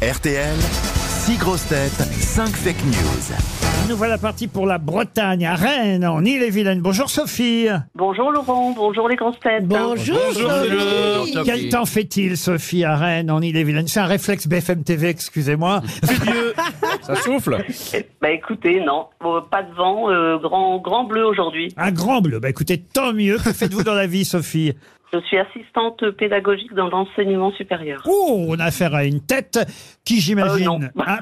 RTL, 6 grosses têtes, 5 fake news. Nous voilà partis pour la Bretagne, à Rennes, en Ille-et-Vilaine. Bonjour Sophie. Bonjour Laurent, bonjour les grosses têtes. Bonjour, Sophie. Quel temps fait-il, Sophie, à Rennes, en Ille-et-Vilaine C'est un réflexe BFM TV, excusez-moi. Ça souffle Bah écoutez, non, Bon, pas de vent, euh, grand, grand bleu aujourd'hui. un grand bleu. Bah écoutez, tant mieux. Que faites-vous dans la vie, Sophie Je suis assistante pédagogique dans l'enseignement supérieur. Oh, on a affaire à une tête qui, j'imagine... Euh, non. Ah,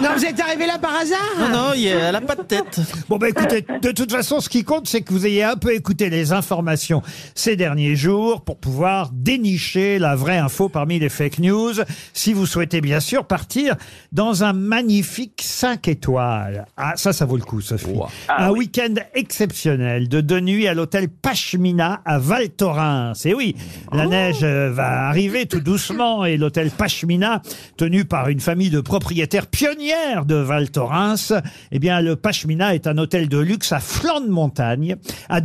Non, vous êtes arrivé là par hasard Non, non, Oh, il- elle a pas de tête. Bon, bah écoutez, de toute façon, ce qui compte, c'est que vous ayez un peu écouté les informations ces derniers jours pour pouvoir dénicher la vraie info parmi les fake news, si vous souhaitez bien sûr partir dans un magnifique 5 étoiles. Ah, ça, ça vaut le coup, Sophie. un week-end exceptionnel de deux nuits à l'hôtel Pachmina à Val Thorens. Et Eh oui, la neige euh, va arriver tout doucement et l'hôtel Pachmina, tenu par une famille de propriétaires pionnières de Val Thorens, eh bien, le Pachmina est un hôtel de luxe à flanc de montagne, à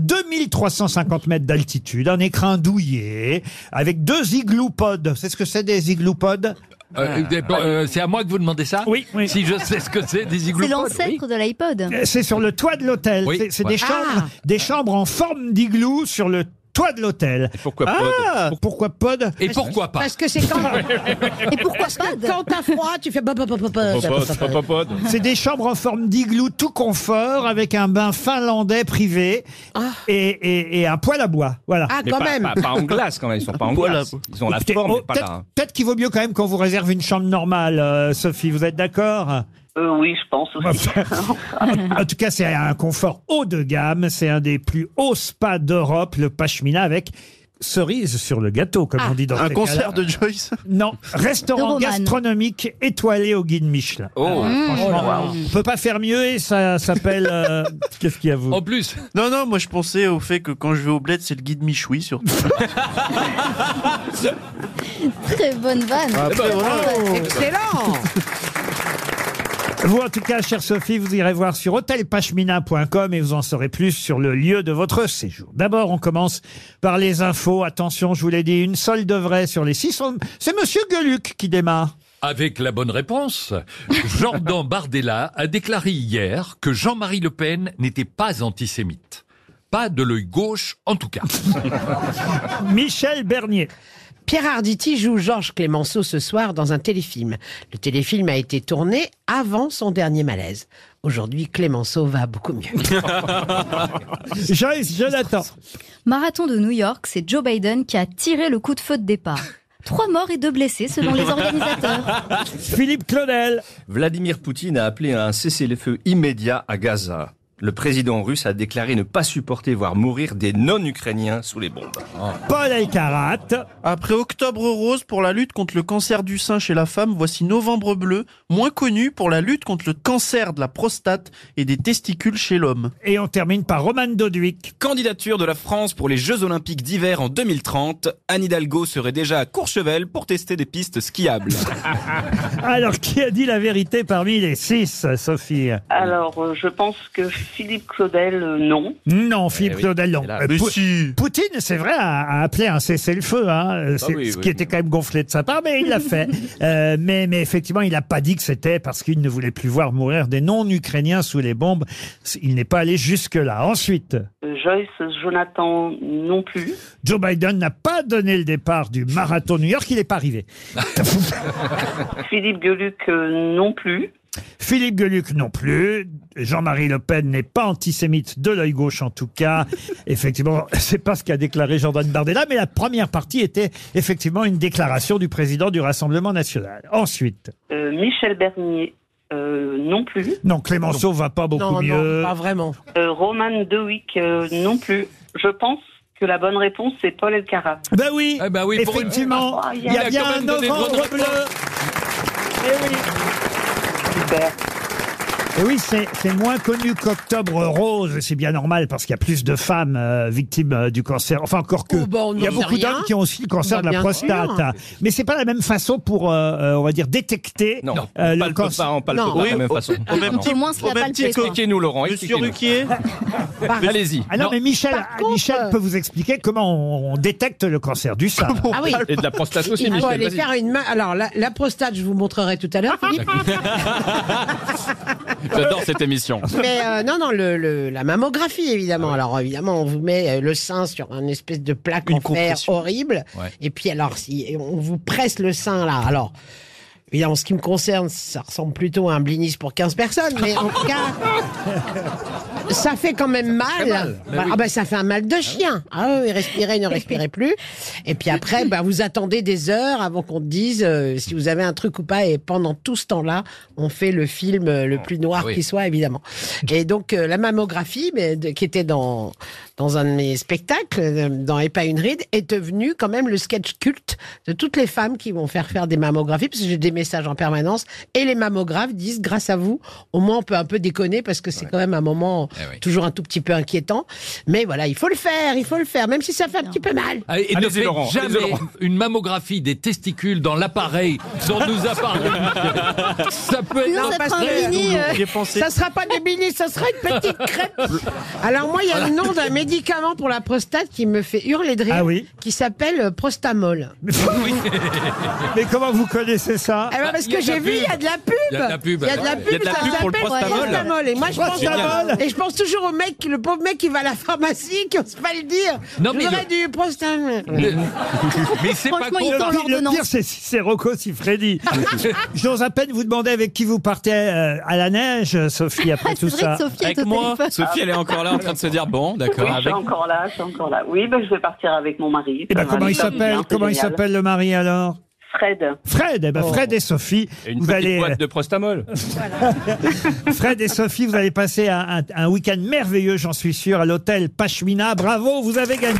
2350 mètres d'altitude, un écrin douillet, avec deux igloupodes. C'est ce que c'est des igloupodes? Ah. Euh, des- euh, c'est à moi que vous demandez ça Oui, oui. Si je sais ce que c'est, des C'est igloupodes. oui. l'ancêtre de l'iPod. Euh, C'est sur le toit de l'hôtel. Oui, c'est c'est voilà. des chambres, des chambres en forme d'igloo sur le toit de l'hôtel. pourquoi Ah, pourquoi pod Et pourquoi pas Parce que c'est quand, Et pourquoi pas de- quand t'as froid, tu fais... pop, pop, pop, pop, pop, pop, pop. C'est des chambres en forme d'igloo tout confort avec un bain finlandais privé Ah. et, et- et un poêle à bois. Voilà. Ah, quand même en glace quand même, ils sont pas en glace. Ils ont Écoutez, oh, peut-être hein. peut-être qu'il vaut mieux quand même qu'on vous réserve une chambre normale, euh, Sophie. Vous êtes d'accord Euh, oui, je pense aussi. En tout cas, c'est un confort haut de gamme. C'est un des plus hauts spas d'Europe, le Pachmina, avec cerise sur le gâteau, comme on dit dans Ah. Un ces concert cas-là. de Joyce Non, De restaurant Roman. gastronomique étoilé au guide Michelin. Oh. Franchement, on peut pas faire mieux et ça s'appelle... euh, Qu'est-ce qu'il y a, vous En plus, Non, non, moi je pensais au fait que quand je vais au bled, c'est le guide Michoui surtout. Très Ah, bonne vanne. Après, voilà. Excellent Vous, en tout cas, chère Sophie, vous irez voir sur hôtelpachmina.com et vous en saurez plus sur le lieu de votre séjour. D'abord, on commence par les infos. Attention, je vous l'ai dit, une seule de vraie sur les six. On- C'est Monsieur Gueluc qui démarre. avec la bonne réponse, Jordan Bardella a déclaré hier que Jean-Marie Le Pen n'était pas antisémite. Pas de l'œil gauche, en tout cas. Michel Bernier. Pierre Arditi joue Georges Clémenceau ce soir dans un téléfilm. Le téléfilm a été tourné avant son dernier malaise. Aujourd'hui, Clémenceau va beaucoup mieux. Joyce Jonathan. Marathon de New York, c'est Joe Biden qui a tiré le coup de feu de départ. Trois morts et deux blessés selon les organisateurs. Philippe Claudel. Vladimir Poutine a appelé à un cessez-le-feu immédiat à Gaza. Le président russe a déclaré ne pas supporter voir mourir des non-ukrainiens sous les bombes. Paul Elkarat. Après Octobre Rose pour la lutte contre le cancer du sein chez la femme, voici Novembre Bleu, moins connu pour la lutte contre le cancer de la prostate et des testicules chez l'homme. Et on termine par Roman Doduic. Candidature de la France pour les Jeux Olympiques d'hiver en 2030. Anne Hidalgo serait déjà à Courchevel pour tester des pistes skiables. Alors, qui a dit la vérité parmi les six, Sophie Alors, euh, je pense que Philippe Claudel, euh, non. Non, Eh Philippe Claudel, non. Euh, Mais Pou- si Poutine, c'est vrai, a, a appelé un cessez-le-feu, hein. Euh, c'est- Ah oui, ce oui. qui était quand même gonflé de sa part, mais il l'a fait. Euh, mais, mais effectivement, il n'a pas dit que c'était parce qu'il ne voulait plus voir mourir des non-Ukrainiens sous les bombes. C- Il n'est pas allé jusque-là. Ensuite, Euh, Joyce Jonathan, non plus. Joe Biden n'a pas donné le départ du marathon de New York, il n'est pas arrivé. Philippe Gueluc, euh, non plus. Philippe Gueluc non plus. Jean-Marie Le Pen n'est pas antisémite de l'œil gauche en tout cas. effectivement, c'est pas ce qu'a déclaré Jordan Bardella, mais la première partie était effectivement une déclaration du président du Rassemblement national. Ensuite, Euh, Michel Bernier, euh, non plus. non, Clémenceau va pas beaucoup non, mieux. non, pas vraiment. Euh, Roman Dewick, euh, non plus. Je pense que la bonne réponse, c'est Paul Elkarat. ben oui, Eh ben oui, pour une- effectivement, Ah, il il y y a, a bien quand un même donné de novembre bonnes bleu. Eh oui. Super. Et oui, c'est c'est moins connu qu'Octobre Rose, et c'est bien normal parce qu'il y a plus de femmes euh, victimes euh, du cancer. Enfin, encore que. Oh, bah, on il y a n'en sait beaucoup rien. d'hommes qui ont aussi le cancer Bah, de la bien prostate. sûr. Mais c'est pas la même façon pour, euh, euh, on va dire, détecter Non, euh, on le palpe cancer. pas, on palpe Non. pas de Oui, la même au- façon. au même Non. Au moins, se la Au même palper, titre quoi. Expliquez-nous, Laurent, Monsieur expliquez-nous. Ruquier, Allez-y. Ah non, mais Michel, Par contre, Michel euh, peut vous expliquer comment on, on détecte le cancer du sein. Ah oui. Et de la prostate aussi, Il faut Michel, aller vas-y. faire une main. Alors, la, la prostate, je vous montrerai tout à l'heure, Philippe. J'adore cette émission. Mais euh, non, non, le, le- la mammographie, évidemment. Alors, évidemment, on vous met euh, le sein sur une espèce de plaque Une en fer compression. horrible. Ouais. Et puis, alors, si on vous presse le sein, là. Alors, évidemment, en ce qui me concerne, ça ressemble plutôt à un blinis pour 15 personnes. Mais en tout cas, ça fait quand même mal. Voilà. Ah, bah, ça fait un mal de chien. Ah oui, respirez, ne respirez plus. Et puis après, bah, vous attendez des heures avant qu'on te dise euh, si vous avez un truc ou pas. Et pendant tout ce temps-là, on fait le film euh, le plus noir Ah oui. qui soit, évidemment. Et donc, euh, la mammographie, mais, de- qui était dans, dans un de mes spectacles, euh, dans Et pas une ride, est devenue quand même le sketch culte de toutes les femmes qui vont faire faire des mammographies, parce que j'ai des messages en permanence. Et les mammographes disent, grâce à vous, au moins on peut un peu déconner, parce que c'est quand même un moment Eh oui. toujours un tout petit peu inquiétant. Mais voilà, il faut le faire, il faut le faire, même si ça fait un petit peu mal. Ah, Et ne Allez-y, faites Laurent, allez-y, jamais Laurent. une mammographie des testicules dans l'appareil dont nous a parlé. Michel. Ça peut être Non, ça un prend stress. un mini. euh, j'y ai pensé. Ça sera pas des mini, ça sera une petite crêpe. Alors moi, il y a le nom d'un médicament pour la prostate qui me fait hurler de rire, Ah oui Ah qui s'appelle euh, Prostamol. Mais comment vous connaissez ça Eh ben, parce il y a que de la j'ai vu, il y a pub. de la pub. Il y a de la pub, Il y a Il y a ouais. de la pub, de la ça pub pour le s'appelle Prostamol. Prostamol. Et moi, je pense, Prostamol. et je pense toujours au mec, le pauvre mec qui va à la pharmacie, qui n'ose pas le dire. Non, Non, mais du Prostamol. Mais c'est pas Franchement, con. il Le Dans pire- Le l'ordonnance. pire, c'est c'est Rocco Siffredi. J'ose à peine vous demander avec qui vous partez euh, à la neige, Sophie, Ah, après tout C'est vrai ça. que Sophie est Avec au moi, téléphone. Sophie, elle est encore là en train de se dire bon, Oui, d'accord. je suis avec- encore là, je suis encore là. Oui, ben, je vais partir avec mon mari. Eh ben, Ça Ah, comment va, il ça va s'appelle bien, c'est Comment il génial. s'appelle le mari alors Fred. Fred, eh ben Oh. Fred et Sophie, Et une vous petite allez, euh, boîte de prostamol. Fred et Sophie, vous allez passer un, un- un week-end merveilleux, j'en suis sûr, à l'hôtel Pachmina. Bravo, vous avez gagné.